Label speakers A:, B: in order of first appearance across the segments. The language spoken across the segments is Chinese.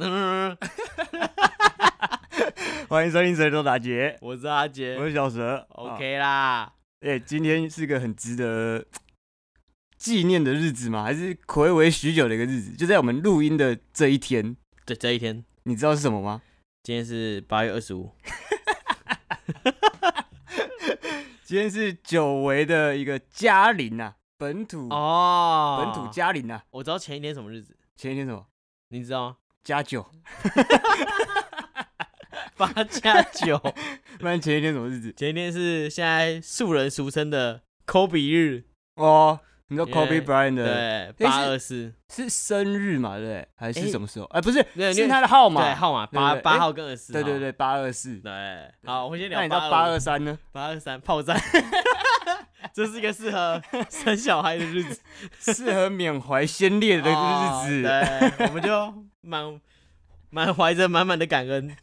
A: 嗯，
B: 欢迎收听《谁都打劫
A: 我是阿》，
B: 我
A: 杰
B: 是小蛇。啊
A: 哎，OK 啦，
B: 哎、今天是个很值得纪念的日子嘛，还是暌违许久的一个日子，就在我们录音的这一天，
A: 对，这一天，
B: 你知道是什 么吗？
A: 今天是八月二十五，
B: 今天是久违的一个嘉陵啊，本土、
A: 哦
B: 本土，嘉陵啊。
A: 我知道前一天什么日子，
B: 前一天什么？
A: 你知道吗？
B: 加九，
A: 八加九，
B: 不然前一天什么日子？
A: 前一天是现在素人俗称的科比日，
B: 哦，你说 Kobe
A: 耶
B: Bryant 的
A: 对，
B: 诶是
A: 八二四，
B: 是生日嘛，对不对？还是
A: 诶
B: 什么时候？哎、不是，
A: 对因
B: 是
A: 为
B: 他的号码
A: 对，。号码八
B: 对对对
A: 八
B: 诶
A: 号跟二十，
B: 对对，对，八二四。
A: 对，好，我们先聊
B: 那你知道八
A: 八
B: 二三呢？
A: 八二三炮战，这是一个适合生小孩的日子。
B: 适合缅怀先烈的
A: 哦
B: 日子。
A: 对，我们就满满怀着满满的感恩。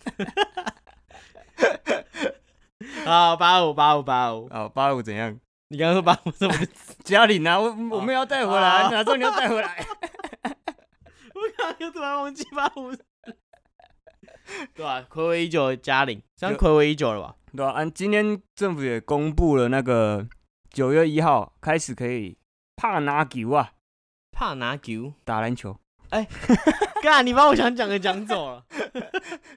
A: 啊，八五八五八五，
B: 哦，八五怎样？
A: 你刚刚说八五什么？
B: 家里拿我我们要带回来，
A: 哦
B: 哪时候你要带回来？
A: 我刚 刚又突然忘记八五。对啊，暌违已久的嘉玲，算暌违已久了吧？
B: 对啊，按今天政府也公布了那个九月一号开始可以帕拿球啊
A: 怕拿球，
B: 打篮球。
A: 干，你把我想讲的讲走 了。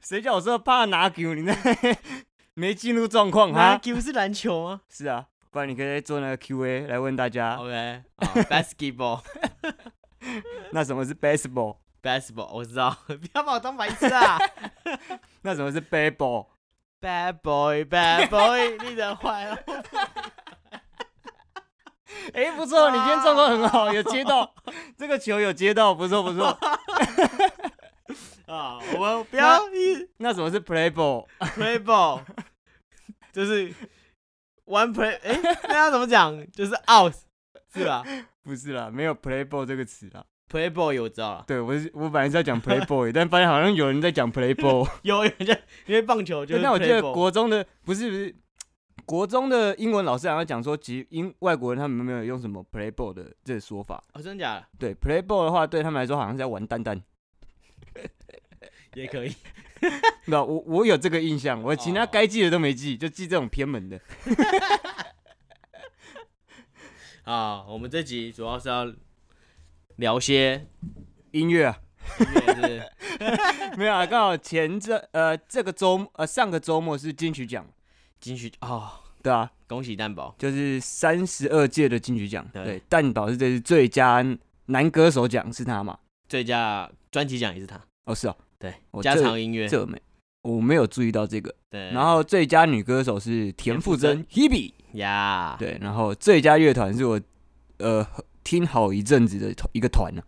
B: 谁叫我说帕拿球？ 你那没进入状况
A: 拿
B: 哈？
A: 球是篮球吗
B: 是啊，不然你可以做那个 Q&A 来问大家，
A: ？OK，啊 basketball，basketball，
B: 那什么是 baseball？
A: 我知道， 不要把我当白痴 啊！
B: 那什么是 baseball？
A: Bad boy, bad boy，你的坏了。
B: 哎、不错，你今天状况很好，有接到这个球，有接到，不错不 错。
A: 啊，我们不要一
B: 那什么是 play ball？
A: play ball，就是 one play，哎、那要怎么讲？就是 out，是吧
B: 不是啦，没有 play ball 这个词啦。
A: ？play ball 有我知啊道了，
B: 对我是我本来是要讲 play boy，但发现好像有人在讲 play ball。
A: 有有就因为棒球 就是 play ball，
B: 那我记得国中的不是不是国中的英文老师好像讲说，其实英外国人他们没有用什么 play ball 的这个说法。
A: 哦，真的假的
B: 对 play ball 的话，对他们来说好像是在玩蛋蛋。
A: 也可以。
B: 那我我有这个印象，我其他
A: 哦
B: 该记的都没记，就记这种偏门的。
A: 啊，我们这集主要是要聊些
B: 音乐啊，
A: 音乐，是不 是
B: 没有啊，刚好前这呃这个周呃上个周末是金曲奖，
A: 金曲哦，
B: 对啊，
A: 恭喜蛋宝，
B: 就是三十二届的金曲奖，
A: 对
B: 对，蛋宝是这是最佳男歌手奖是他嘛？
A: 最佳专辑奖也是他，
B: 哦，是哦，
A: 对
B: 哦，
A: 加
B: 这
A: 长音乐，
B: 这我没我没有注意到这个。
A: 对，
B: 然后最佳女歌手是田馥甄 Hebe，
A: 呀，
B: 对，然后最佳乐团是我呃听好一阵子的团一个团呢、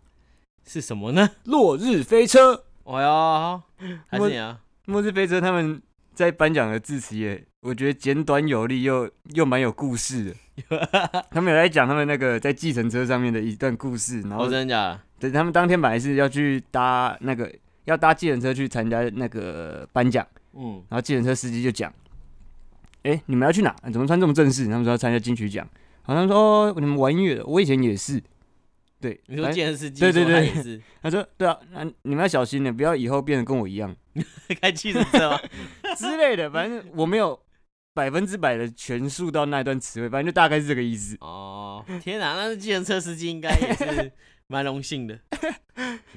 A: 是什么呢？
B: 落日飞车。
A: 哎呦，还是
B: 我
A: 你啊？
B: 落日飞车他们在颁奖的致辞也，我觉得简短有力又又蛮有故事的。他们有在讲他们那个在计程车上面的一段故事，然后
A: 哦，真的假的？
B: 对，他们当天本来是要去搭那个要搭计程车去参加那个颁奖，
A: 嗯，
B: 然后计程车司机就讲：“哎、你们要去哪？怎么穿这么正式？”他们说要参加金曲奖。然后他们说：“哦，你们玩音乐的，我以前也是。”对，
A: 你说
B: 反正
A: 健身司机，
B: 对对
A: 说他
B: 对
A: 也是
B: 他说：“对啊，那你们要小心了，不要以后变得跟我一样
A: 开计程车吗？
B: 之类的。”反正我没有百分之百的全数到那一段词汇，反正就大概是这个意思。
A: 哦，天哪，那计程车司机应该也 是蛮荣幸的，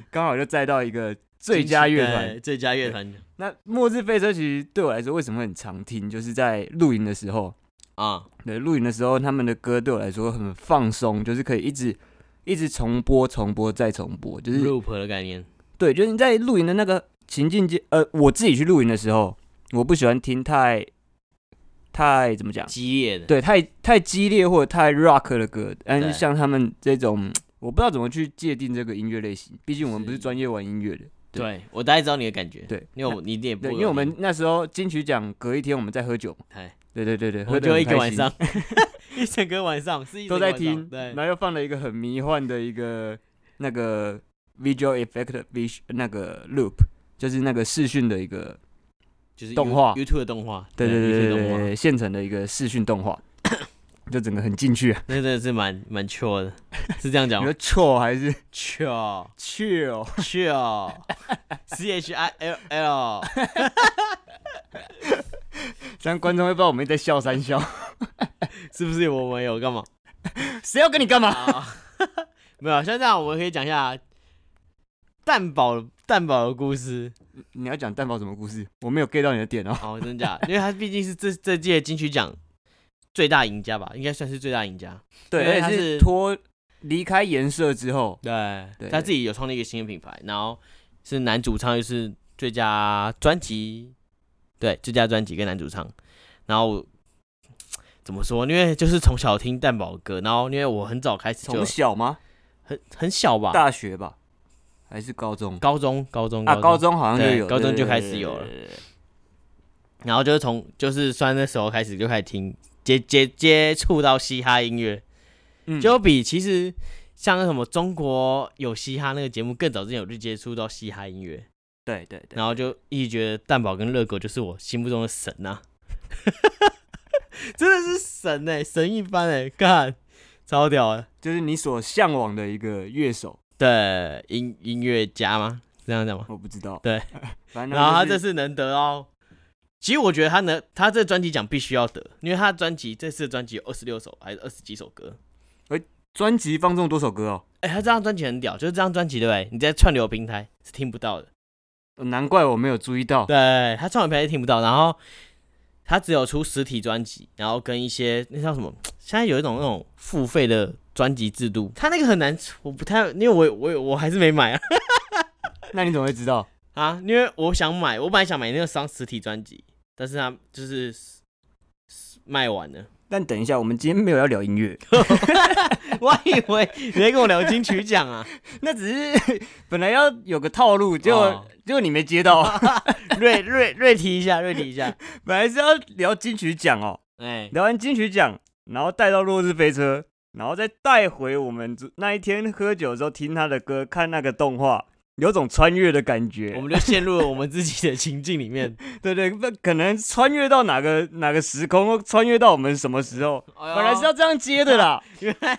B: 刚好就载到一个最佳乐团，
A: 对，最佳乐团
B: 那《末日飞车》其实对我来说，为什么很常听？就是在露营的时候，
A: 啊，
B: 对露营的时候，他们的歌对我来说很放松，就是可以一直一直重播、重播再重播，就是
A: loop 的概念，
B: 对，就是你在露营的那个情境间，呃，我自己去露营的时候，我不喜欢听太太怎么讲，
A: 激烈的，
B: 对，太太激烈或者太 rock 的歌，但
A: 对
B: 是像他们这种，我不知道怎么去界定这个音乐类型，毕竟我们不是
A: 是
B: 专业玩音乐的。对
A: 对我大概知道你的感觉，
B: 对
A: 因为我你一定也不
B: 对，
A: 会
B: 因为我们
A: 有
B: 那时候金曲奖隔一天我们在喝酒嘛
A: 嗨，
B: 对对对对，
A: 我
B: 喝
A: 就
B: 酒
A: 一个晚上， 一整个晚上是一
B: 都
A: 整个
B: 在
A: 晚上
B: 听，
A: 对
B: 然，后又放了一个很迷幻的一个那个 visual effect 的 vis 那个 loop，就是那个视讯的一个，
A: 就是
B: 动画
A: YouTube 的动画，
B: 对对对
A: YouTube
B: 对
A: 动画
B: 对，现成的一个视讯动画。就整个很进去、啊。
A: 那真的是蛮蛮 chill 的，是这样讲
B: 你
A: 吗
B: 说 chill 还是
A: 哦？chill
B: chill？
A: chill c h i l l，
B: 这样观众会不知道我们在笑三 笑。
A: 是不是我们有干嘛？
B: 谁要跟你干嘛？
A: 啊， 没有，啊像这样我们可以讲一下蛋堡蛋堡的故事
B: 你要讲蛋堡什么故事？我没有 get 到你的点哦。
A: 哦，真的 假的？因为他毕竟是这这届金曲奖最大赢家吧，应该算是最大赢家。因为
B: 对，而
A: 它
B: 且
A: 是
B: 是脱离开颜色之后，
A: 对，
B: 对
A: 他自己有创立一个新的品牌，然后是男主唱又是最佳专辑，对，最佳专辑跟男主唱。然后我怎么说？因为就是从小听蛋堡的歌，然后因为我很早开始就
B: 从小吗？
A: 很很小吧，
B: 大学吧，还是高中？
A: 高中高中
B: 啊，高中好像就
A: 对
B: 有，
A: 高中
B: 对
A: 就开始有了。
B: 对对对对对
A: 然后就是从就是算那时候开始就开始听接接接触到嘻哈音乐，
B: 嗯，
A: 就比其实像那什么中国有嘻哈那个节目更早之前我就接触到嘻哈音乐，
B: 对对对，
A: 然后就一直觉得蛋堡跟热狗就是我心目中的神呐、 真的是神哎、神一般哎、干超屌的，
B: 就是你所向往的一个乐手，
A: 对音音乐家吗？这样讲吗？
B: 我不知道。
A: 对，
B: 反正
A: 然后他
B: 就
A: 这次能得到，其实我觉得他能，他这专辑奖必须要得，因为他专辑这次的专辑有二十六首还是二十几首歌。
B: 专辑放纵多少歌哦？
A: 哎、他这张专辑很屌，就是这张专辑对不对？你在串流平台是听不到的，
B: 难怪我没有注意到。
A: 对他串流平台是听不到，然后他只有出实体专辑，然后跟一些那叫什么，现在有一种那种付费的专辑制度，他那个很难，我不太，因为我我我还是没买啊
B: 那你怎么会知道？
A: 啊，因为我想买，我本来想买那个张实体专辑，但是他就是卖完了。
B: 但等一下，我们今天没有要聊音乐，
A: 我还以为你在跟我聊金曲奖啊，
B: 那只是 本来要有个套路，结果
A: 哦
B: 结果你没接到，
A: 瑞瑞瑞提一下，瑞提一下。
B: 本来是要聊金曲奖哦，
A: 哎、
B: 聊完金曲奖，然后带到《落日飞车》，然后再带回我们那一天喝酒的时候听他的歌，看那个动画，有种穿越的感
A: 我
B: 觉。
A: 们就陷入了我们自己的情境里 面。
B: 对对，不可能穿越到哪个哪个时空，或穿越到我们什么时候？本
A: 本
B: 来是要这样接的啦，
A: 哎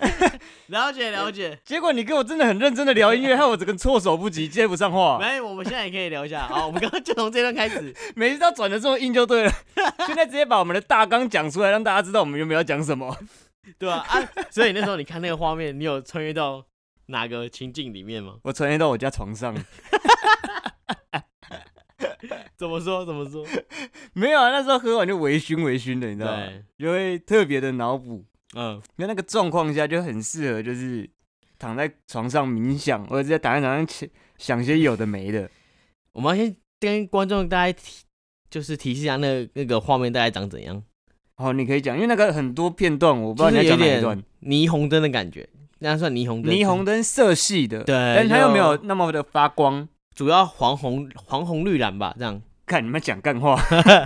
A: 了解了解，
B: 结果你跟我真的很认真的聊音乐，害我整个措手不及，接不上话。
A: 没，我们现在也可以聊一下。好，我们刚刚就从这段开始。
B: 每次都转的这么硬就对了， 现在直接把我们的大纲讲出来，让大家知道我们原本要讲什么。
A: 对吧、啊？所以那时候你看那个画面，你有穿越到哪个情境里面吗？
B: 我穿越到我家 床上，
A: 怎么说？怎么说？
B: 没有啊，那时候喝完就微醺微醺的，你知道吗
A: 对？，
B: 就会特别的脑补，
A: 嗯，
B: 那那个状况下就很适合，就是躺在床上冥想，或者在躺在床上想想些有的没的。
A: 我们要先跟观众大概提，就是提示一下那个那个画面大概长怎样，
B: 好，哦你可以讲，因为那个很多片段，我不知道
A: 就
B: 你
A: 是有
B: 要讲哪一
A: 点
B: 段。
A: 霓虹灯的感觉，那算霓虹灯。
B: 霓虹灯色系的，
A: 对
B: 但是它又没有
A: 就
B: 那么的发光。
A: 主要黄红黄红绿蓝吧，这样，
B: 看你们讲干话，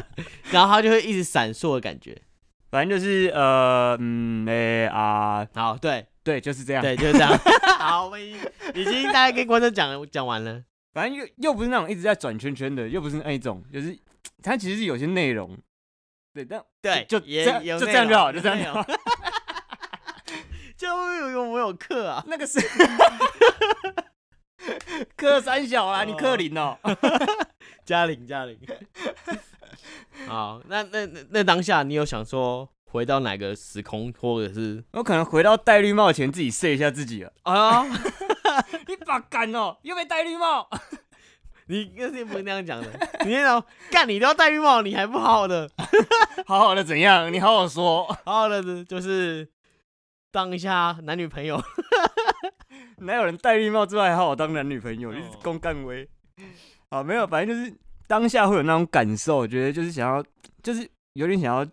A: 然后它就会一直闪烁的感觉。
B: 反正就是呃嗯诶啊、
A: 好， 对
B: 对，就是这样。
A: 对，就是这样。 好，我们已经已经大概跟观众讲讲完了。
B: 反正又又不是那种一直在转圈圈的，又不是那一种，就是它其实是有些内容。对，但
A: 对，
B: 就
A: 也
B: 这样
A: 有
B: 就
A: 内
B: 这样就
A: 容
B: 好就这样就。
A: 有内容 就我有我有课啊，
B: 那个是克三小啊，你克林哦。
A: 嘉玲嘉玲。好，那那那那当下你有想说回到哪个时空，或者是
B: 我可能回到戴绿帽前自己射一下自己了。
A: 啊？
B: 你把杆哦，又没戴绿帽。
A: 你那是不是那样讲的？你那种干你都要戴绿帽，你还不好好的？
B: 好好的怎样？你好好说，
A: 好好的就是当一下男女 朋友。
B: 哪有人戴绿帽之外还好好当男女朋友？
A: 哦
B: 你是公干威。啊，没有，反正就是当下会有那种感受，我觉得就是想要，就是有点想要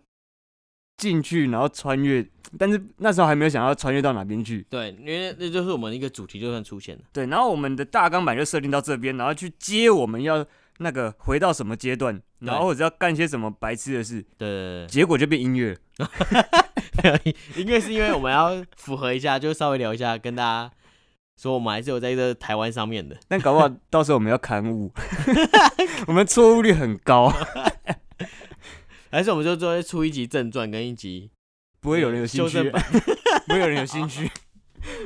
B: 进去，然后穿越，但是那时候还没有想要穿越到哪边去。
A: 对，因为那就是我们一个主题就算出现了。
B: 对，然后我们的大纲版就设定到这边，然后去接我们要那个回到什么阶段，然后或者要干些什么白痴的事，
A: 对
B: 结果就变音乐。
A: 对对， 因为是因为我们要符合一下，就稍微聊一下，跟大家说我们还是有在这台湾上面的。
B: 但搞不好 到时候我们要刊物，我们错误率很高。
A: 还是我们就做出一集正传跟一集
B: 不会有人有兴
A: 修正
B: 趣，
A: 版
B: 不会有人有 兴趣。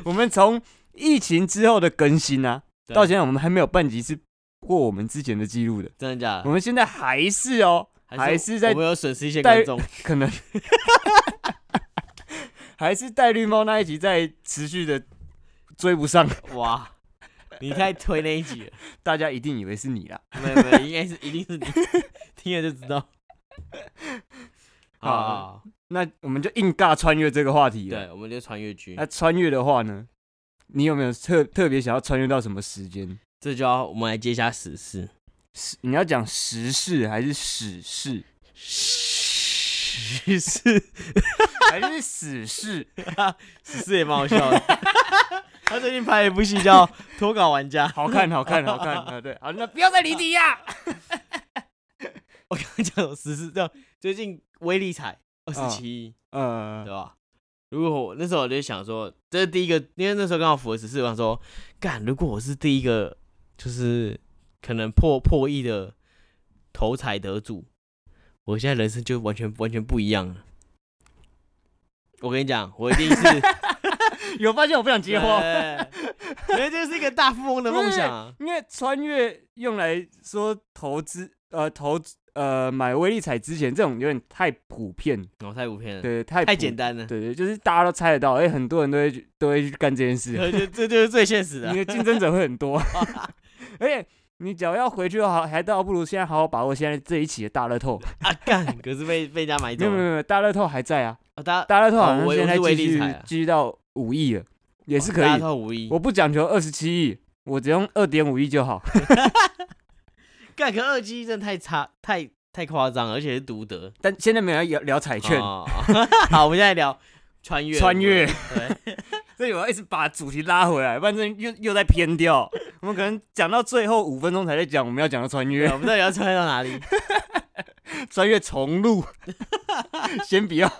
B: 我们从疫情之后的更新啊，
A: 对
B: 到现在我们还没有半集是过我们之前的记录的，
A: 真的假
B: 我
A: 的？
B: 们现在还是哦，还是在
A: 我们有损失一些
B: 带
A: 观众，
B: 可能 还是戴绿帽那一集在持续的追不上，
A: 哇！你太推那一集了，
B: 大家一定以为是你啦。
A: 没有没有，应该是一定是你 听了就知道。
B: 好
A: 啊，
B: 那我们就硬尬穿越这个话题了。
A: 对，我们就穿越剧
B: 那，穿越的话呢，你有没有特特别想要穿越到什么时间？
A: 这就要我们来接一下时事。
B: 时你要讲时事还是史事，
A: 时事，
B: 还是死事？
A: 时事也蛮好笑的。他最近拍一部戏叫《脱稿玩家》，
B: 好看，好看，好看啊！对，好，那不要再离题 呀。
A: 我刚刚讲有时事，这样最近威力彩二十七亿，对
B: 呃，
A: 吧？如果我那时候我就想说，这是第一个，因为那时候刚好符合时事，我想说，干，如果我是第一个，就是可能破破亿的头彩得主，我现在人生就完全完全不一样了。我跟你讲，我一定是
B: 有发现我不想接话，
A: 对，因为这是一个大富翁的梦想啊。
B: 因为穿越用来说投资，呃，投资呃买威力彩之前，这种有点太普遍，
A: 我太普遍了，
B: 对，太
A: 太
B: 普
A: 简，单了，
B: 对对，就是大家都猜得到，哎，很多人都会去都会去干这件事。
A: 对，就这就是最现实的
B: 你。的竞争者会很 多，而且你只要要回去的话，还倒不如现在好好把握现在这一期的大乐透。
A: 啊 干，可是被被人家买
B: 没
A: 走
B: 有没有
A: 了。
B: 没有，大乐透还在啊，
A: 啊大家
B: 大乐透好
A: 哦
B: 像
A: 我
B: 现在
A: 我是
B: 继
A: 威力
B: 续
A: 彩啊
B: 继续到五亿了，也是
A: 哦
B: 可
A: 大家
B: 以。
A: 都无一，
B: 我不讲求二十七亿，我只用二点五亿就好。
A: 干可二机真的太差，太太夸张了，而且是独得。
B: 但现在没有要聊聊彩券，
A: 哦 好，我们现在聊穿越。
B: 穿越
A: 对，
B: 所以我要一直把主题拉回来，不然真的又又在偏掉。我们可能讲到最后五分钟才在讲我们要讲的穿
A: 对，
B: 越，
A: 我们到底要穿越到哪 里？
B: 穿越重 录，先不要。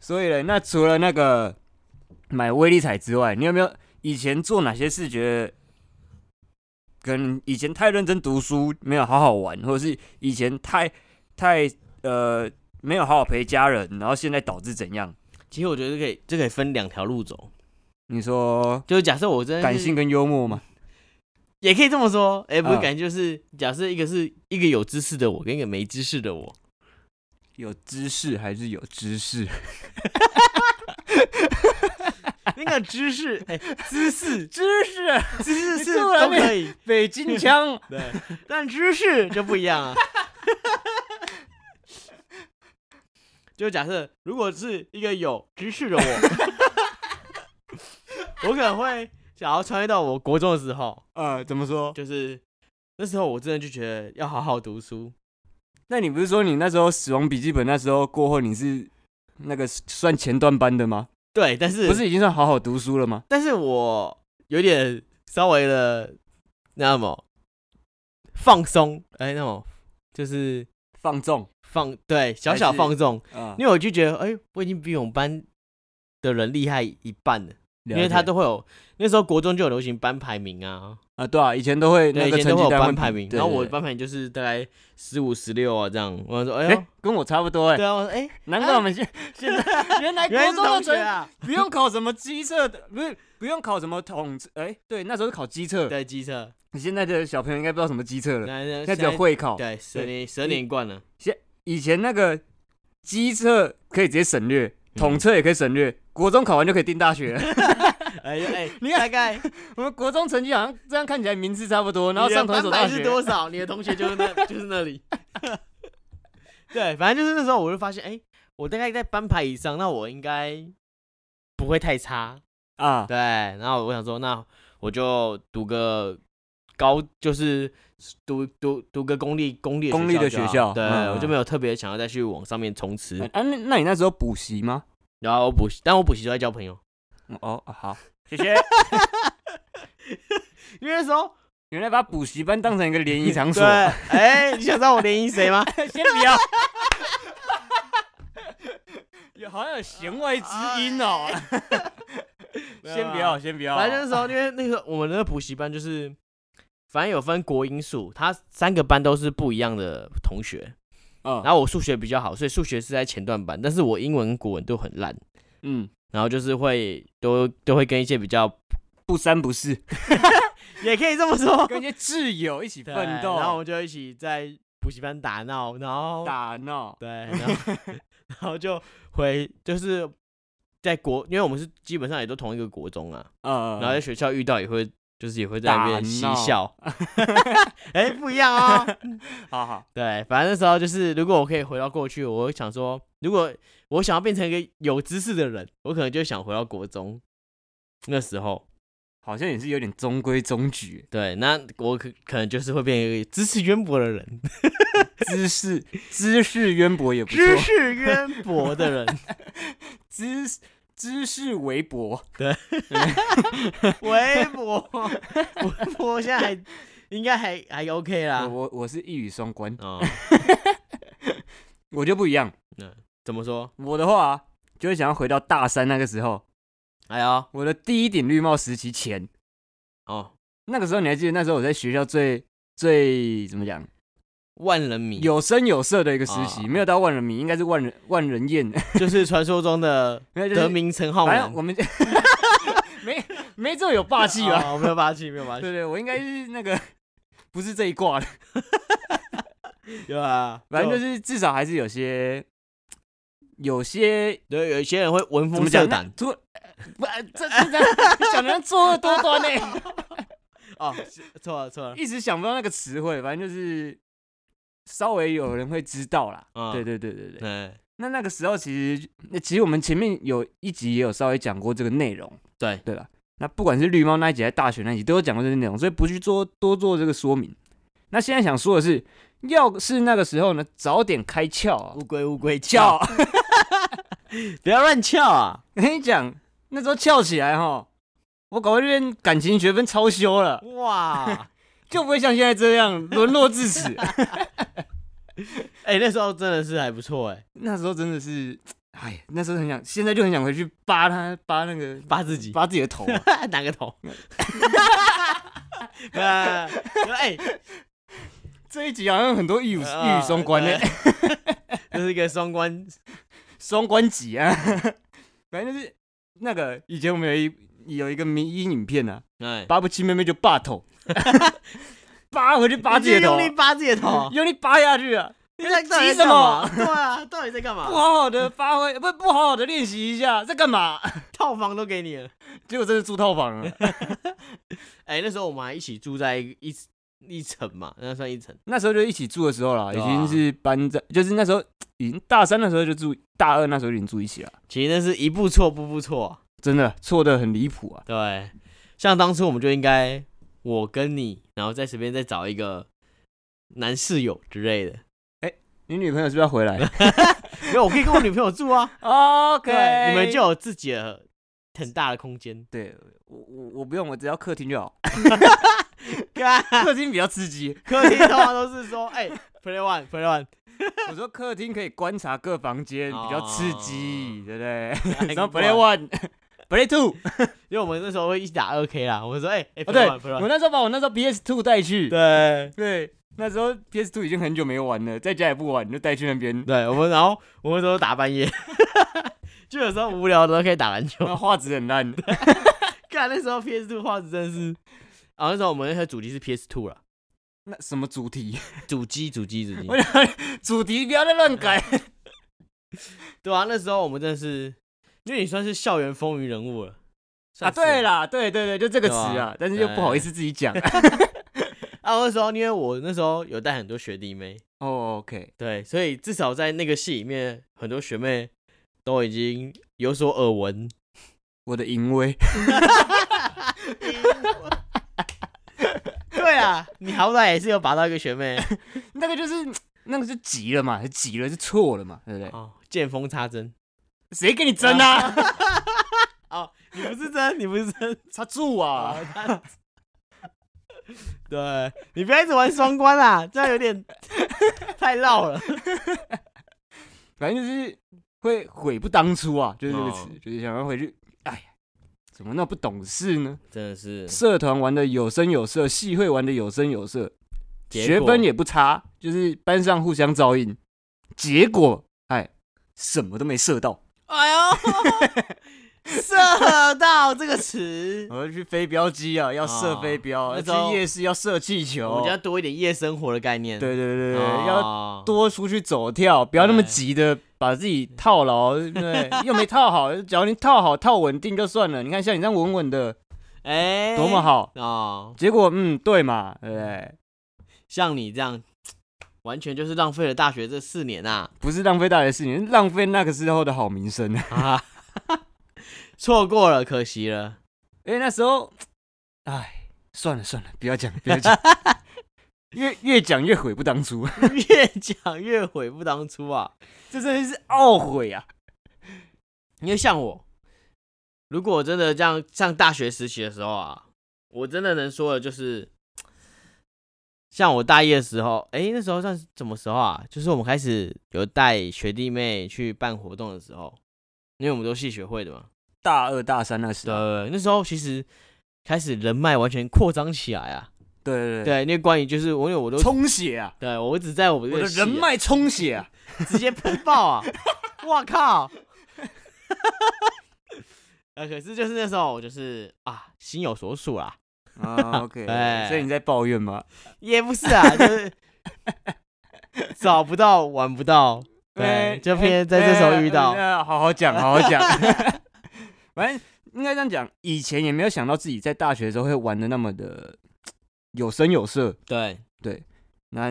B: 所以呢，那除了那个买威力彩之外，你有没有以前做哪些事觉得跟以前太认真读书没有好好玩，或者是以前太太呃没有好好陪家人，然后现在导致怎样？
A: 其实我觉得这可以，这可以分两条路走。
B: 你说
A: 就是假设我真的是
B: 感性，跟幽默吗？
A: 也可以这么说。哎，不是
B: 嗯
A: 感性，就是假设一个是一个有知识的我，跟一个没知识的 我。
B: 有知识还是有知识？
A: 那个知识，哎，知识，
B: 知识，
A: 知识是
B: 你做了
A: 都
B: 没
A: 可以，
B: 北京腔。
A: 对，但知识就不一样啊。就假设如果是一个有知识的我，我可能会想要穿越到我国中的时候，
B: 呃，怎么说？
A: 就是那时候我真的就觉得要好好读书。
B: 那你不是说你那时候《死亡笔记本》那时候过后你是那个算前段班的吗？
A: 对，但是
B: 不是已经算好好读书了吗？
A: 但是我有点稍微的那么放松，哎、那种就是
B: 放纵
A: 放对小小
B: 还是
A: 放纵，
B: 啊，
A: 因为我就觉得，哎、我已经比我们班的人厉害一半了，因
B: 因
A: 为他都会有那时候国中就有流行班排名啊，
B: 啊对啊，以前都会
A: 对，
B: 那
A: 以
B: 个
A: 前都
B: 成
A: 会
B: 绩
A: 有
B: 单
A: 班
B: 会
A: 排
B: 比
A: 名，
B: 对
A: 然后我
B: 对
A: 的班排名就是大概十五、十六啊这样，我想说，哎
B: 对
A: 呦
B: 哎，，跟我差不多哎，
A: 对啊，我说哎，
B: 难怪我们现现在原 来
A: 原来
B: 国
A: 是
B: 中的
A: 同学
B: 成
A: 啊，
B: 不用考什么机测的，不是不用考什么统哎，对，那时候是考机测，
A: 对，机车，
B: 你现在的小朋友应该不知道什么机测了，
A: 那
B: 现
A: 那
B: 在只有，会考，
A: 对，十
B: 对
A: 年十二
B: 你
A: 年冠了，
B: 以前那个机测可以直接省略，统
A: 嗯
B: 测也可以省略，国中考完就可以进大 学了。
A: 哎哎，
B: 你看
A: 大概
B: 我们国中成绩好像这样看起来名次差不多，然后
A: 你的
B: 上同一所
A: 班
B: 大
A: 排
B: 学
A: 是。多少？你的同学就是 那，就是那里。 对，反正就是那时候我就发现，哎、我大概在班排以上，那我应该不会太差。
B: 啊？
A: 对，然后我想说，那我就读个高，就是读读读个公立公立
B: 公立的
A: 就好
B: 学校
A: 对，
B: 嗯
A: 我就没有特别想要再去往上面冲刺。
B: 啊，那那你那时候补习吗？
A: 然后我补习，但我补习都在交朋友，
B: 嗯哦，啊 好，谢谢。
A: 因为那时候
B: 原来把补习班当成一个联谊场所
A: 对，， 哎、你想知道我联谊谁吗？
B: 先不要。 有好像有弦外之 音哦。 先不要，先不要。
A: 哎反正那时候，因为那个我们那个补习班就是，反正有分国英数，它三个班都是不一样的同学，
B: 嗯
A: 然后我数学比较好，所以数学是在前段班，但是我英文、跟国文都很烂，
B: 嗯，
A: 然后就是会都都会跟一些比较，
B: 不三不四，
A: 也可以这么说，
B: 跟一些挚友一起
A: 对
B: 奋斗，
A: 然后我们就一起在补习班打闹，然后
B: 打闹，
A: 对，然 后然后就回就是在国，因为我们是基本上也都同一个国中啊，
B: 呃，
A: 然后在学校遇到也会就是也会在那边嬉
B: 打闹
A: 笑，哎、不一样哦。
B: 好好，
A: 对，反正那时候就是，如果我可以回到过去，我会想说，如果我想要变成一个有知识的人，我可能就想回到国中那时候。
B: 好像也是有点中规中矩，
A: 对，那我可可能就是会变成一个知识渊博的人，
B: 知识知识渊博也不错，
A: 知识渊博的 人，
B: 知识知识微博，
A: 微博， 微博现在还应该还还 OK
B: 我
A: 啦。
B: 啊我我是一语双关，
A: 哦，
B: 我就不一样，
A: 怎么说？
B: 我的话啊就会想要回到大三那个时候，
A: 哎呦，
B: 我的第一顶绿帽时期前，
A: 哦，
B: 那个时候你还记得那时候我在学校最最怎么讲
A: 万人迷，
B: 有声有色的一个时期，
A: 啊
B: 没有到万人迷，应该是万人万 人宴，
A: 就是传说中的
B: 没有就是
A: 得名陈 浩
B: 反
A: 南
B: 正我。们 没没这么有霸气吧？
A: 哦没有霸气，没有霸
B: 对
A: 气，
B: 对，我应该是那个 不是这一挂的，
A: 对吧？
B: 反正就是至少还是有些有些
A: 对，有一些人会闻
B: 怎
A: 风
B: 么
A: 色
B: 讲呢
A: 胆？
B: 做 不呃这这这讲的作恶多端 呢，啊
A: 哦，是错了错了，
B: 一时想不到那个词汇，反正就是稍微有人会知道啦。
A: 嗯
B: 对对对对对。
A: 嗯，
B: 那那个时候其实那其实我们前面有一集也有稍微讲过这个内容，
A: 对，
B: 对吧？那不管是绿猫那一集还是大学那一集，都有讲过这些内容，所以不去做多做这个说明。那现在想说的是，要是那个时候呢，早点开窍啊
A: 乌！龟乌龟
B: 叫
A: 翘，， 不要乱翘啊！
B: 我跟你讲，那时候翘起来哈，我搞不好就变感情学分超修了，
A: 哇，
B: 就不会像现在这 样沦落至此。
A: 哎，那时候真的是还不错哎，
B: 那时候真的是，哎，那时候很想，现在就很想回去扒他，扒那个，
A: 扒自 己，
B: 扒自己的头啊、
A: 哪个 头？啊，哎，
B: 这一集好像很多一语一语双关呢、
A: 啊 对哎这是一个双关，
B: 双关集啊， 反正就是那个以前我们有一有一个迷音影片啊，
A: 哎，
B: 扒不亲妹妹就 霸头，扒回去扒自己的
A: 你就用
B: 头
A: 力
B: 啊，
A: 扒自己的头，
B: 用力扒下去啊，
A: 你在到底
B: 急
A: 在
B: 什
A: 干嘛？
B: 么
A: 对啊，到底在干嘛
B: 不？好好的发挥，不不好好的练习一下，在干嘛？
A: 套房都给你了。
B: 结果真的住套房啊了。
A: 哎，那时候我们还一起住在一一一层嘛，那算一层。
B: 那时候就一起住的时候啦，
A: 对
B: 已
A: 啊
B: 经是搬在，就是那时候已经大三的时候就住，大二那时候已经住一起了，
A: 其实那是一步错，步步错。
B: 真的错的很离谱啊。
A: 对，像当初我们就应该我跟你，然后再随便再找一个男室友之类的。
B: 你女朋友是不是 要回来
A: 没有，我可以跟我女朋友住啊。
B: ？OK，。
A: 对，你们就有自己的很大的空间
B: 对我我我不用，我只要客厅就好，
A: 干
B: 客厅比较 刺激。
A: 客厅通常都是说，哎、p l a y one，play one，
B: 我说客厅可以观察各房间，比较刺
A: 哦
B: 激，对不对？
A: 然
B: 然后 play one，play two，
A: 因为我们那时候会一起打二 K 啦。我们说，哎、哎、p
B: 哦
A: l a
B: 对，
A: y one，play
B: 我
A: one。
B: 那时候把我那时候 PS two 带去，
A: 对，
B: 对，那时候 PS Two 已经很久没玩了，在家也不玩，就带去那 边，
A: 对，我们然后我们都打半夜， 就有时候无聊的时候可以打篮球。
B: 那画质很烂。
A: 看那时候 PS Two 画质真的是，啊，那时候我们那台主机是 PS Two 啦，
B: 那什么主题？
A: 主机主机主机。
B: 我想主题不要再乱
A: 哎
B: 改。啊
A: 对啊，那时候我们真的是，因为你算是校园风云人物了
B: 啊，
A: 算是
B: 对啦，对对对，就这个词
A: 对
B: 啊
A: 啊，哎
B: 但是又不好意思自己讲。
A: 啊，那时候因为我那时候有带很多学弟妹，
B: 哦，OK，
A: 对，所以至少在那个系里面，很多学妹都已经有所耳闻。
B: 我的淫威，
A: 对啊，你好歹也是有拔到一个学 妹
B: 那个就是那个是急了嘛，急了是错了嘛，对不对？
A: 哦，见缝插针。
B: 谁跟你 争啊？
A: 哦，你不是针，你不是针
B: 他住啊，
A: 啊。 对你不要一直玩双关啊，这样有 点太绕了。
B: 反正就是会悔不当初啊，就是这个词
A: 哦，
B: 就是想要回去。哎呀，怎么那么不懂事呢？
A: 真的是
B: 社团玩的有声有色，系会玩的有声有色，
A: 结
B: 学
A: 果
B: 分也不差，就是班上互相照应。结果哎，什么都没射到，
A: 哎呦，射到这个词，
B: 我要去飞镖机啊，要射
A: 哦
B: 飞镖，
A: 那
B: 要
A: 时候
B: 去夜市要射气球，
A: 我们就要多一点夜生活的概念。
B: 对对对对对，要
A: 哦，哎
B: 多出去走跳，不要那么
A: 对
B: 急的把自己套牢，对不对，又没套好，只要你套好套稳定就算了。你看像你这样稳稳的，
A: 哎，
B: 多么好。
A: 哦！
B: 结果嗯，对嘛，对不对？
A: 像你这样，完全就是浪费了大学这四年啊！
B: 不是浪费大学四年，是浪费那个时候的好名声。
A: 啊， 错过了，可惜了。
B: 哎、那时候，哎，算了算了，不要讲，不要讲，越越讲越悔不当初，
A: 越讲越悔不当初啊！
B: 这真的是懊悔啊！
A: 因为像我，如果我真的这样上大学实习的时候啊，我真的能说的就是，像我大一的时候，诶，那时候算是什么时候啊？就是我们开始有带学弟妹去办活动的时候，因为我们都系学会的嘛。
B: 大二大三那时
A: 对
B: 候，
A: 对，对那时候其实开始人脉完全扩张起来啊。
B: 对对对
A: 对，因为关于就是我因为我都
B: 充血啊，
A: 对我只在我们这
B: 我
A: 个
B: 的
A: 系啊
B: 人脉充血啊！
A: 直接喷爆 啊！我靠！ 呃，可是就是那时候我就是啊，心有所属啦，
B: 啊，OK，
A: 哎
B: 所以你在抱怨吗？
A: 也不 是啊，就是找不到玩不到，
B: 哎
A: 对，就偏偏在这时候遇到
B: 哎哎哎哎好好讲，好好 讲。反正应该这样讲，以前也没有想到自己在大学的时候会玩的那么的有声有色。
A: 对，，
B: 那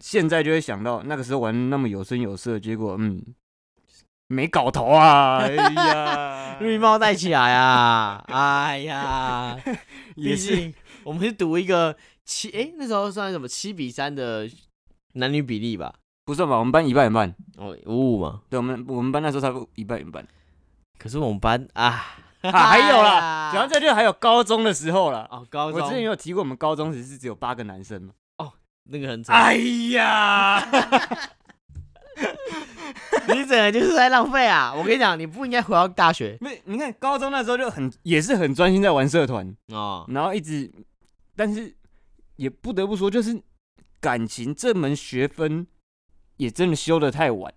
B: 现在就会想到那个时候玩那么有声有色，结果嗯，没搞头啊！哎呀
A: 绿帽戴起来啊，哎呀，
B: 也
A: 毕
B: 是
A: 竟我们是赌一个七，哎、那时候算什么七比三的男女比例吧？
B: 不算吧？我们班一半一半，
A: 哦，五五嘛。
B: 对我们我们班那时候差不多一半一半。
A: 可是我们班啊，
B: 啊， 还有
A: 哎
B: 啦，
A: 呀
B: 讲到这就还有高中的时候啦。
A: 哦，高
B: 我之前
A: 中
B: 有提过，我们高中时是只有八个男生嘛。
A: 那个很惨。
B: 哎呀，
A: 你整个就是在浪费 啊！我跟你讲，你不应该回到大学
B: 没，你看高中那时候就很也是很专心在玩社团，
A: 哦。
B: 然后一直，但是也不得不说，就是感情这门学分也真的修的太晚，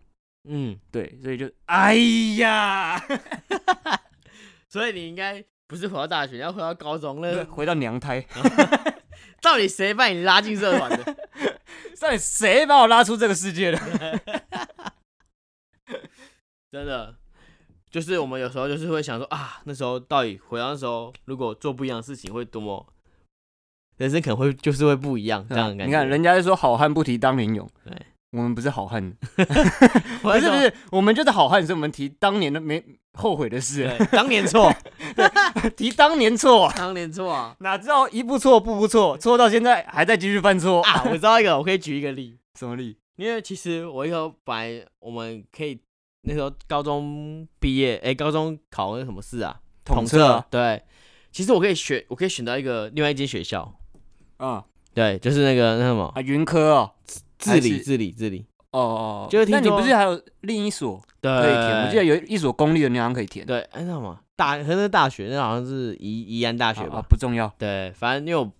A: 嗯，
B: 对，所以就哎呀，
A: 所以你应该不是回到大学，你要回到高中
B: 对
A: 了。
B: 回到娘胎，
A: 到底谁把你拉进社团的？
B: 到底谁把我拉出这个世界的？
A: 真的，就是我们有时候就是会想说啊，那时候到底回到那时候，如果做不一样的事情，会多么人生可能会就是会不一样这嗯样的感觉。
B: 你看人家就说好汉不提当年勇，
A: 对
B: 我们不是好汉，
A: 我
B: 不
A: 那
B: 是
A: 时候
B: 不是，我们就是好汉，所以我们提当年的没后悔的事，
A: 对，当年错，
B: 提当年错，
A: 当年错啊！
B: 哪知道一步错步步错，错到现在还在继续犯错
A: 啊，我知道一个，我可以举一个例，
B: 什么力？
A: 因为其实我以后本来我们可以那时候高中毕业，哎、高中考那个什么试啊？
B: 统测啊
A: 对，其实我可以选，我可以选到一个另外一间学校，
B: 嗯
A: 对，就是那个那什么
B: 啊，云科哦，
A: 治
B: 还
A: 理
B: 是
A: 治理治理，
B: 哦哦，
A: 就是听
B: 那你
A: 说
B: 不是呃还有另一所
A: 对，
B: 可以填？我记得有一所公立的，你好像可以填。
A: 对，哎、那什么大，可是大学那好像是宜宜安大
B: 啊，
A: 学吧？
B: 啊不重要。
A: 对，反正因为我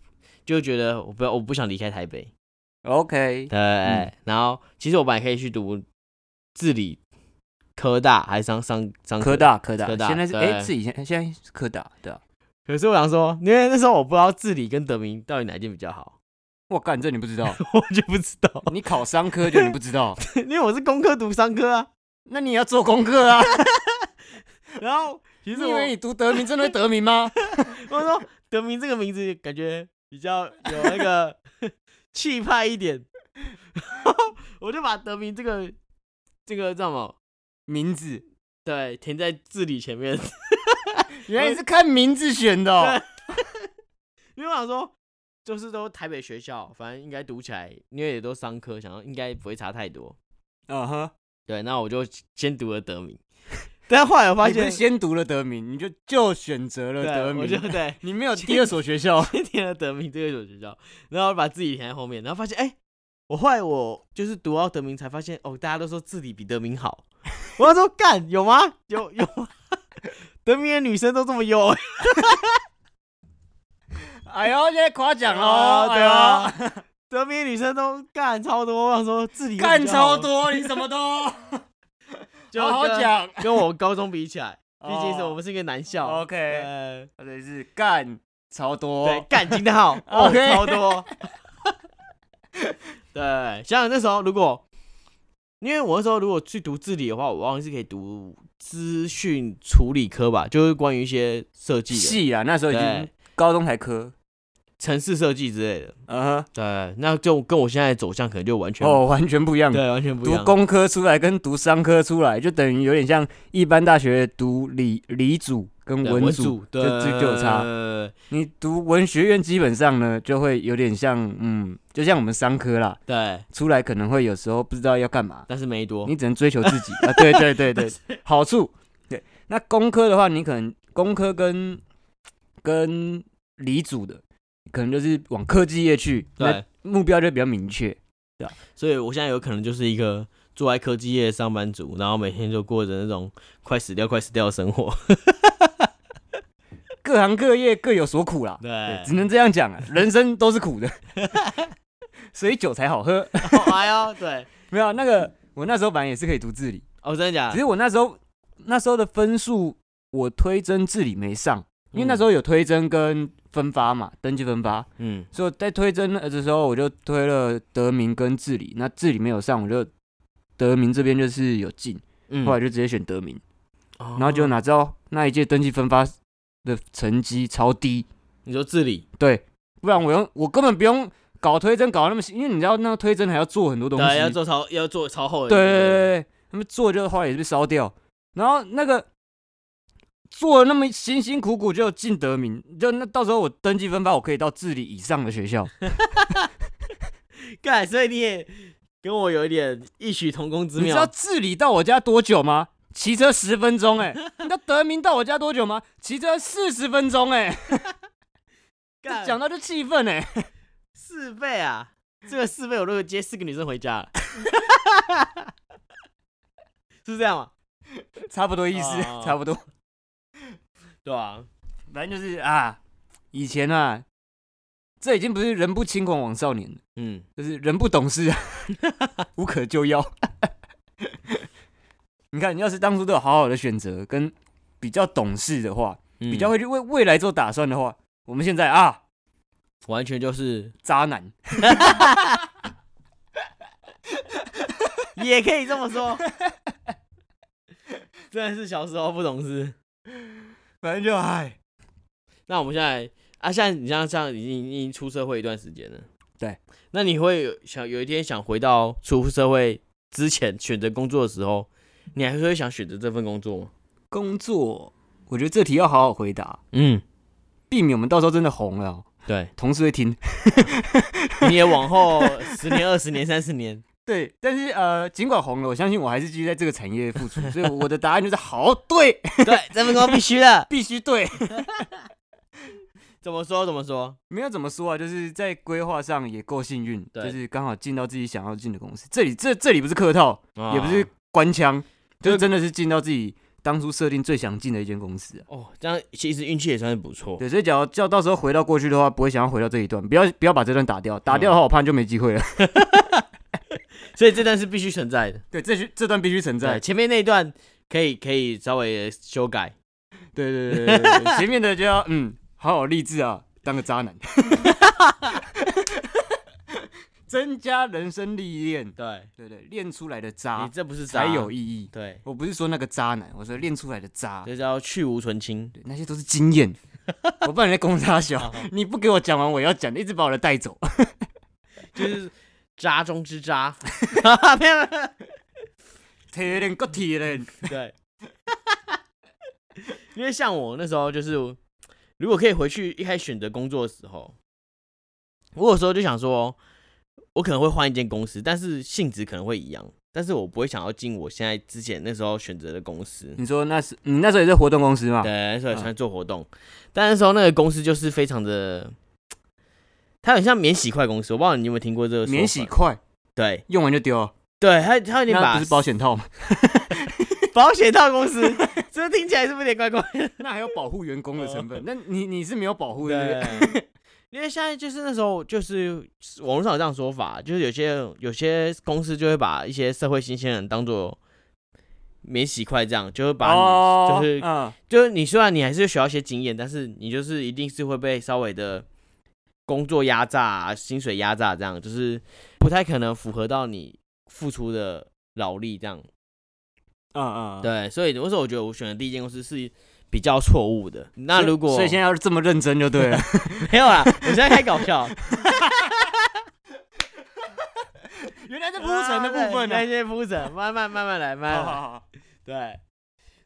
A: 就觉得我不要，我不想离开台北，
B: OK，
A: 对，
B: 嗯
A: 然后其实我本来可以去读治理科大，还是上上上
B: 科，大科
A: 科
B: 大，
A: 大
B: 现在是
A: 对
B: 哎，是以前现在是科大对啊。
A: 可是我想说，因为那时候我不知道治理跟德明到底哪一间比较好，
B: 我干，这你不知 道，
A: 我就不知道，
B: 你考商科就你不知道，
A: 因为我是工科读商科啊。
B: 那你也要做功课 啊。
A: 然后其实
B: 你以
A: 我
B: 为你读德名真的会得名吗？
A: 我说德明这个名字感觉比较有那个 气派一点， 我就把德明这个这个叫什么
B: 名字，
A: 对填在治理前面，
B: 原来你是看名字选的 哦。
A: 因为我想说就是都台北学校，反正应该读起来，因为也都商科，想说应该不会差太多。
B: 嗯哼，
A: 对，那我就先读了 德明，但后来我发
B: 你不是
A: 现
B: 先读了德名，你就就选择了
A: 对，
B: 德
A: 我就
B: 名，
A: 对。
B: 你没有第二所学校。
A: 先填了德明这个学校，然后把自己填在后面，然后发现，哎、我后来我就是读到德明才发现，哦，大家都说自理比德明好，我要说干有吗？有有吗？ 德明的女生都这么优、欸，
B: 哎呦，现在夸奖喽，
A: 对
B: 哎呦
A: 啊，对隔壁女生都干超多，我想说自己
C: 干超，多，你什么 都
A: 就
C: 好好
A: 跟，
C: 讲。
A: 跟我高中比起来，毕竟是
B: 哦
A: 我们是一个男校
B: OK
A: 对
B: 或者是干超多，
A: 对，干金的 号哦，
B: OK
A: 超多。 对，想想那时候如果，因为我那时候如果去读治理的话，我忘记是可以读资讯处理科吧，就是关于一些设计的，
B: 系啊，那时候已经
A: 对，
B: 高中才科，
A: 城市设计之类的。
B: 嗯哼，
A: 对，那就跟我现在的走向可能就完全、
B: 哦，完全不一样。
A: 对，完全不一
B: 读
A: 样。
B: 工科出来跟读商科出来，就等于有点像一般大学读理理组跟
A: 对
B: 文组
A: 组，对，
B: 就就就有差
A: 对
B: 你读文学院基本上呢，就会有点像，嗯，就像我们商科啦，
A: 对，
B: 出来可能会有时候不知道要干嘛，
A: 但是没多
B: 你。只能追求自己啊。对对 对对，好处。对，那工科的话，你可能工科跟跟理组的，可能就是往科技业去，那
A: 对，
B: 目标就比较明确。
A: 所以我现在有可能就是一个做在科技业的上班族，然后每天就过着那种快死掉、快死掉的生活。
B: 各行各业各有所苦啦，
A: 对
B: 对，只能这样讲啊，人生都 是苦的，所以酒才好喝。
A: 哦哎呦，对，
B: 没有那个，我那时候本来也是可以读治理，
A: 哦，真的假
B: 只
A: 的？
B: 是我那时候那时候的分数，我推甄治理没上，因为那时
A: 候，
B: 候有推甄跟分发嘛，登记分发，
A: 嗯，
B: 所以我在推甄的时候我就推了德明跟治理，那治理没有上，我就德明这边就是有进，
A: 嗯哦
B: 后来就直接选德明，
A: 然
B: 然后就哪知道那一届登记分发的成绩超低，
A: 你说治理，
B: 对，不然我用我根本不用搞推甄搞得那么细，因为你知道那个推甄还要做很多东西，
A: 对，要做超要做超厚的，
B: 对对对对，他们做就后来也是被烧掉，然后那个做了那么辛辛苦苦就进德名，就那到时候我登记分发我可以到治理以上的学校，
A: 对，干，所以你也跟我有一点异曲同工之
B: 你知道
A: 妙。
B: 治理到我家多久吗？骑车十分钟哎、 你知道德明到我家多久吗？骑车四十分钟哎、
A: 干
B: 讲到就气愤哎，
A: 四倍啊！这个四倍，我如果接四个女生回家了， 是这样吗？
B: 差不多意思，
A: 哦
B: 差不多，
A: 对啊，
B: 反正就是啊，以前啊，这已经不是人不轻狂枉少年了，
A: 嗯，
B: 就是人不懂事， 无可救药。 你看，你要是当初都有好好的选择，跟比较懂事的话，嗯比
A: 比
B: 较会去为未来做打算的话，我们现在啊，
A: 完全就是
B: 渣男。
A: 也可以这么 说，真的是小时候不懂事。
B: 反正就哎，
A: 那我们现在啊，现在你像像已经已经出社会一段时间了，
B: 对，
A: 那你会有想有一天想回到出社会之前选择工作的时候，你还是会想选择这份工作吗？
B: 工作，我觉得这题要好好回答，
A: 嗯，
B: 避免我们到时候真的红了，
A: 对，
B: 同事会听。
A: 你也往后十年、二十年、三十年，
B: 对，但是呃，尽管红了，我相信我还是继续在这个产业付出，所以我的答案就是好，对，
A: 对，这份工作必须的。
B: 必须对。
A: 怎么说？怎么说？
B: 没有怎么说啊，就是在规划上也够幸运，
A: 对
B: 就是刚好进到自己想要进的公司。这里这这里不是客套，
A: 啊
B: 也不是官腔，
A: 就
B: 啊就真的是进到自己当初设定最想进的一间公司啊。
A: 哦，这样其实运气也算是不错。
B: 对，所以假如叫到时候回到过去的话，不会想要回到这一段，不要不要把这段打掉，打掉的话我怕就没机会了。
A: 所以这段是必须存在的。
B: 对，这是这段必须存在
A: 对，。前面那一段可以可以稍微修改。
B: 对对对对对对，前面的就要嗯，好好励志啊，当个渣男，增加人生历练。
A: 对，
B: 对对，练出来的
A: 你
B: 渣
A: 这不是渣
B: 才有意义。
A: 对，
B: 我不是说那个渣男，我说练出来的渣，
A: 这叫去无存清。
B: 对，那些都是经验。我不然你在攻他小，你不给我讲完我要讲的，一直把我的带走。
A: 就是渣中之渣。没有没有没
B: 铁人够铁人，
A: 有对，因为像我那时候就是，如果可以回去一开始选择工作的时候，我有时候就想说，我可能会换一间公司，但是性质可能会一样，但是我不会想要进我现在之前那时候选择的公司。
B: 你说那是你那时候也是活动公司嘛？
A: 对，那时候也
B: 嗯
A: 算做活动，但那时候那个公司就是非常的，它很像免洗块公司，我不知道你有没有听过这个说
B: 免洗
A: 法
B: 块
A: 对
B: 用完就丢了，
A: 对，它它有点
B: 那
A: 把
B: 不是保险套吗？
A: 保险套公司， 这 听起来是不是有点怪怪？
B: 哦那还有保护员工的成分，那你你是没有保护的，
A: 对，因为现在就是那时候就是网络上有这样说法，就是有些有些公司就会把一些社会新鲜人当做免洗块，这样就会把你、
B: 哦
A: 就是
B: 嗯
A: 就是你虽然你还是需要一些经验，但是你就是一定是会被稍微的工作压榨、啊、薪水压榨，这样就是不太可能符合到你付出的劳力这样。
B: 嗯嗯，嗯，
A: 对，所以那时候我觉得我选的第一间公司是比较错误的。那如果
B: 所以现在要这么认真就对了，
A: 没有啦，我现在开搞笑，
B: 原来是铺陈的部 分啊
A: 那
B: 呢。
A: 些铺陈，慢慢慢慢来，慢
B: 好
A: 慢来
B: 好好，
A: 对，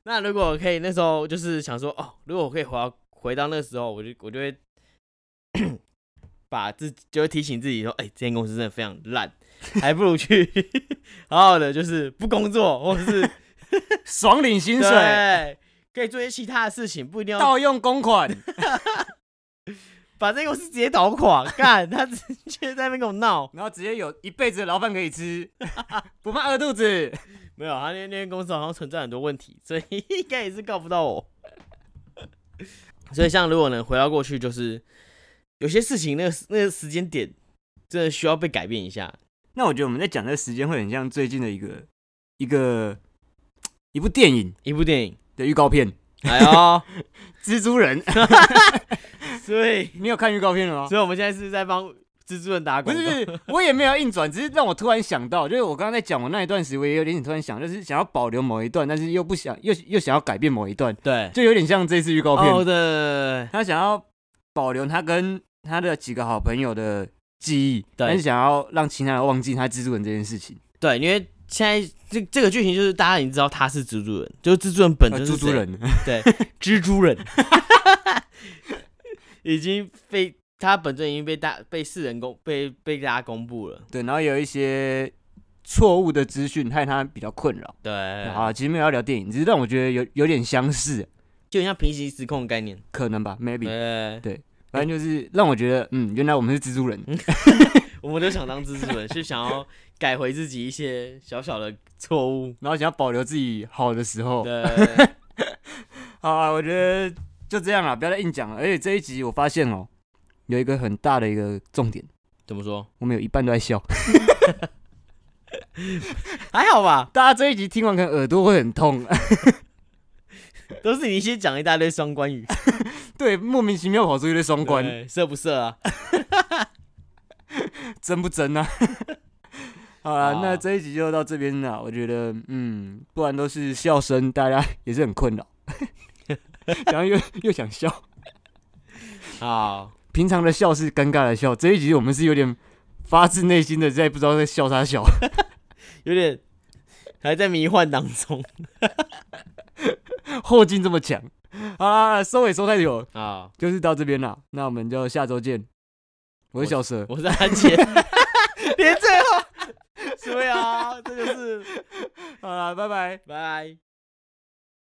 A: 那如果我可以，那时候就是想说，哦，如果我可以回到回到那时候，我就我就会 把自己就会提醒自己说，哎、这间公司真的非常烂，还不如去 好好的就是不工作，或者是
B: 爽领薪水，
A: 对，可以做一些其他的事情，不一定要
B: 盗用公款，
A: 把这间公司直接倒垮。干，他直接在那边跟我闹，
B: 然后直接有一辈子的牢饭可以吃， 不怕饿肚子。
A: 没有，他那那间公司好像存在很多问题，所以 应该也是告不到我。 所以，像如果能回到过去，就是有些事情那个时那个时间点，真的需要被改变一下。
B: 那我觉得我们在讲这个时间会很像最近的一个一个一部电影
A: 一部电影，
B: 的预告片
A: 哎 呦，
B: 《蜘蛛人》，
A: 所以，
B: 你有看预告片了吗？
A: 所以我们现在是在帮蜘蛛人打
B: 不
A: 广
B: 是不
A: 告。
B: 是，我也没有硬转，只是让我突然想到，就是我刚刚在讲我那一段时，我也有点突然想，就是想要保留某一段，但是又不想又又想要改变某一段，
A: 对，
B: 就有点像这次预告片，
A: 哦对
B: 他想要保留他跟他的几个好朋友的记忆，但是想要让其他人忘记他蜘蛛人这件事情。
A: 对，因为现在这这个剧情就是大家已经知道他是蜘蛛人，就是蜘蛛人本
B: 呃
A: 身是
B: 蜘蛛
A: 谁，
B: 人，
A: 蜘蛛人 已经被他本身已经被大被世人公被被大家公布了。
B: 对，然后有一些错误的资讯，害他比较困扰。
A: 对，
B: 啊，其实没有要聊电影，只是让我觉得有有点相似，
A: 就很像平行时空的概念。
B: 可能吧，maybe，
A: 对，
B: 反正就是让我觉得，嗯，原来我们是蜘蛛人，
A: 我们都想当蜘蛛人，是想要改回自己一些小小的错误。
B: 然后想要保留自己好的时候。
A: 对，
B: 好啊，我觉得就这样啦，不要再硬讲了。而且这一集我发现哦、有一个很大的一个重点，
A: 怎么说？
B: 我们有一半都在笑。
A: 还好吧，
B: 大家这一集听完可能耳朵会 很痛，
A: 都是你先讲一大堆双关语，
B: 对，莫名其妙跑出一堆双关，
A: 对色不色啊？
B: 真不 真啊？好了，
A: 好啊
B: 那这一集就到这边了。我觉得，嗯，不然都是笑声，大家也是很 困扰，然后又又想笑。
A: 好，
B: 平常的笑是尴尬的笑，这一集我们是有点发自内心的在不知道在笑啥笑。
A: 有点还在迷幻当中
B: 后劲这么强。好啦，收尾收太久，
A: 啊。
B: 就是到这边啦。那我们就下周见。我是小 蛇，
A: 我是阿杰，连这个